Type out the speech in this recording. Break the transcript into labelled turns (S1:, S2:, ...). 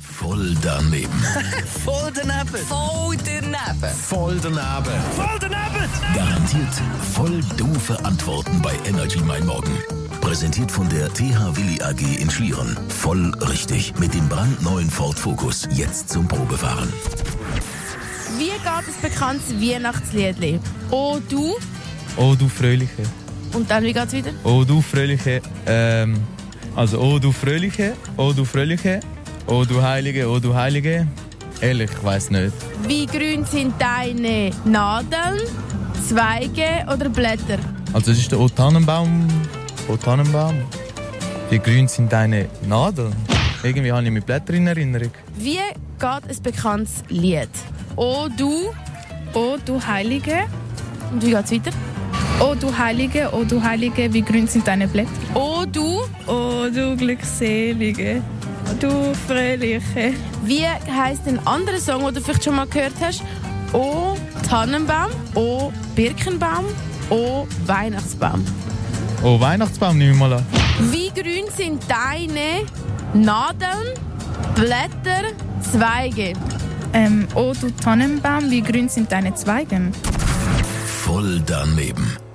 S1: Voll daneben.
S2: Voll daneben.
S3: Voll daneben.
S1: Voll daneben.
S2: Voll daneben.
S1: Garantiert voll doofe Antworten bei Energy Mein Morgen. Präsentiert von der TH Willi AG in Schlieren. Voll richtig. Mit dem brandneuen Ford Focus. Jetzt zum Probefahren.
S4: Wie geht das bekanntes Weihnachtslied? Oh du
S5: Oh du Fröhliche.
S4: und dann wie geht's wieder?
S5: Oh du Fröhliche. Ähm, also oh du Fröhliche, oh du Fröhliche, oh du Heilige, oh du Heilige. Ehrlich, ich weiß nicht.
S4: Wie grün sind deine Nadeln, Zweige oder Blätter?
S5: Also es ist der O Tannenbaum. O Tannenbaum. Wie grün sind deine Nadeln? Irgendwie habe ich mit Blätter in Erinnerung.
S4: Wie geht ein bekanntes Lied?
S6: O du, O du Heilige,
S4: Und wie geht's weiter?
S6: O du Heilige, O du Heilige, wie grün sind deine Blätter?
S4: Oh du,
S6: O du Glückselige, O du Fröhliche.
S4: wie heißt ein anderer Song, den du vielleicht schon mal gehört hast? Oh Tannenbaum, oh Birkenbaum, oh Weihnachtsbaum.
S5: Oh Weihnachtsbaum nehme ich mal an.
S4: Wie grün sind deine Nadeln, Blätter, Zweige? oh,
S6: Ähm, o du Tannenbaum, wie grün sind deine Zweige?
S1: Voll daneben.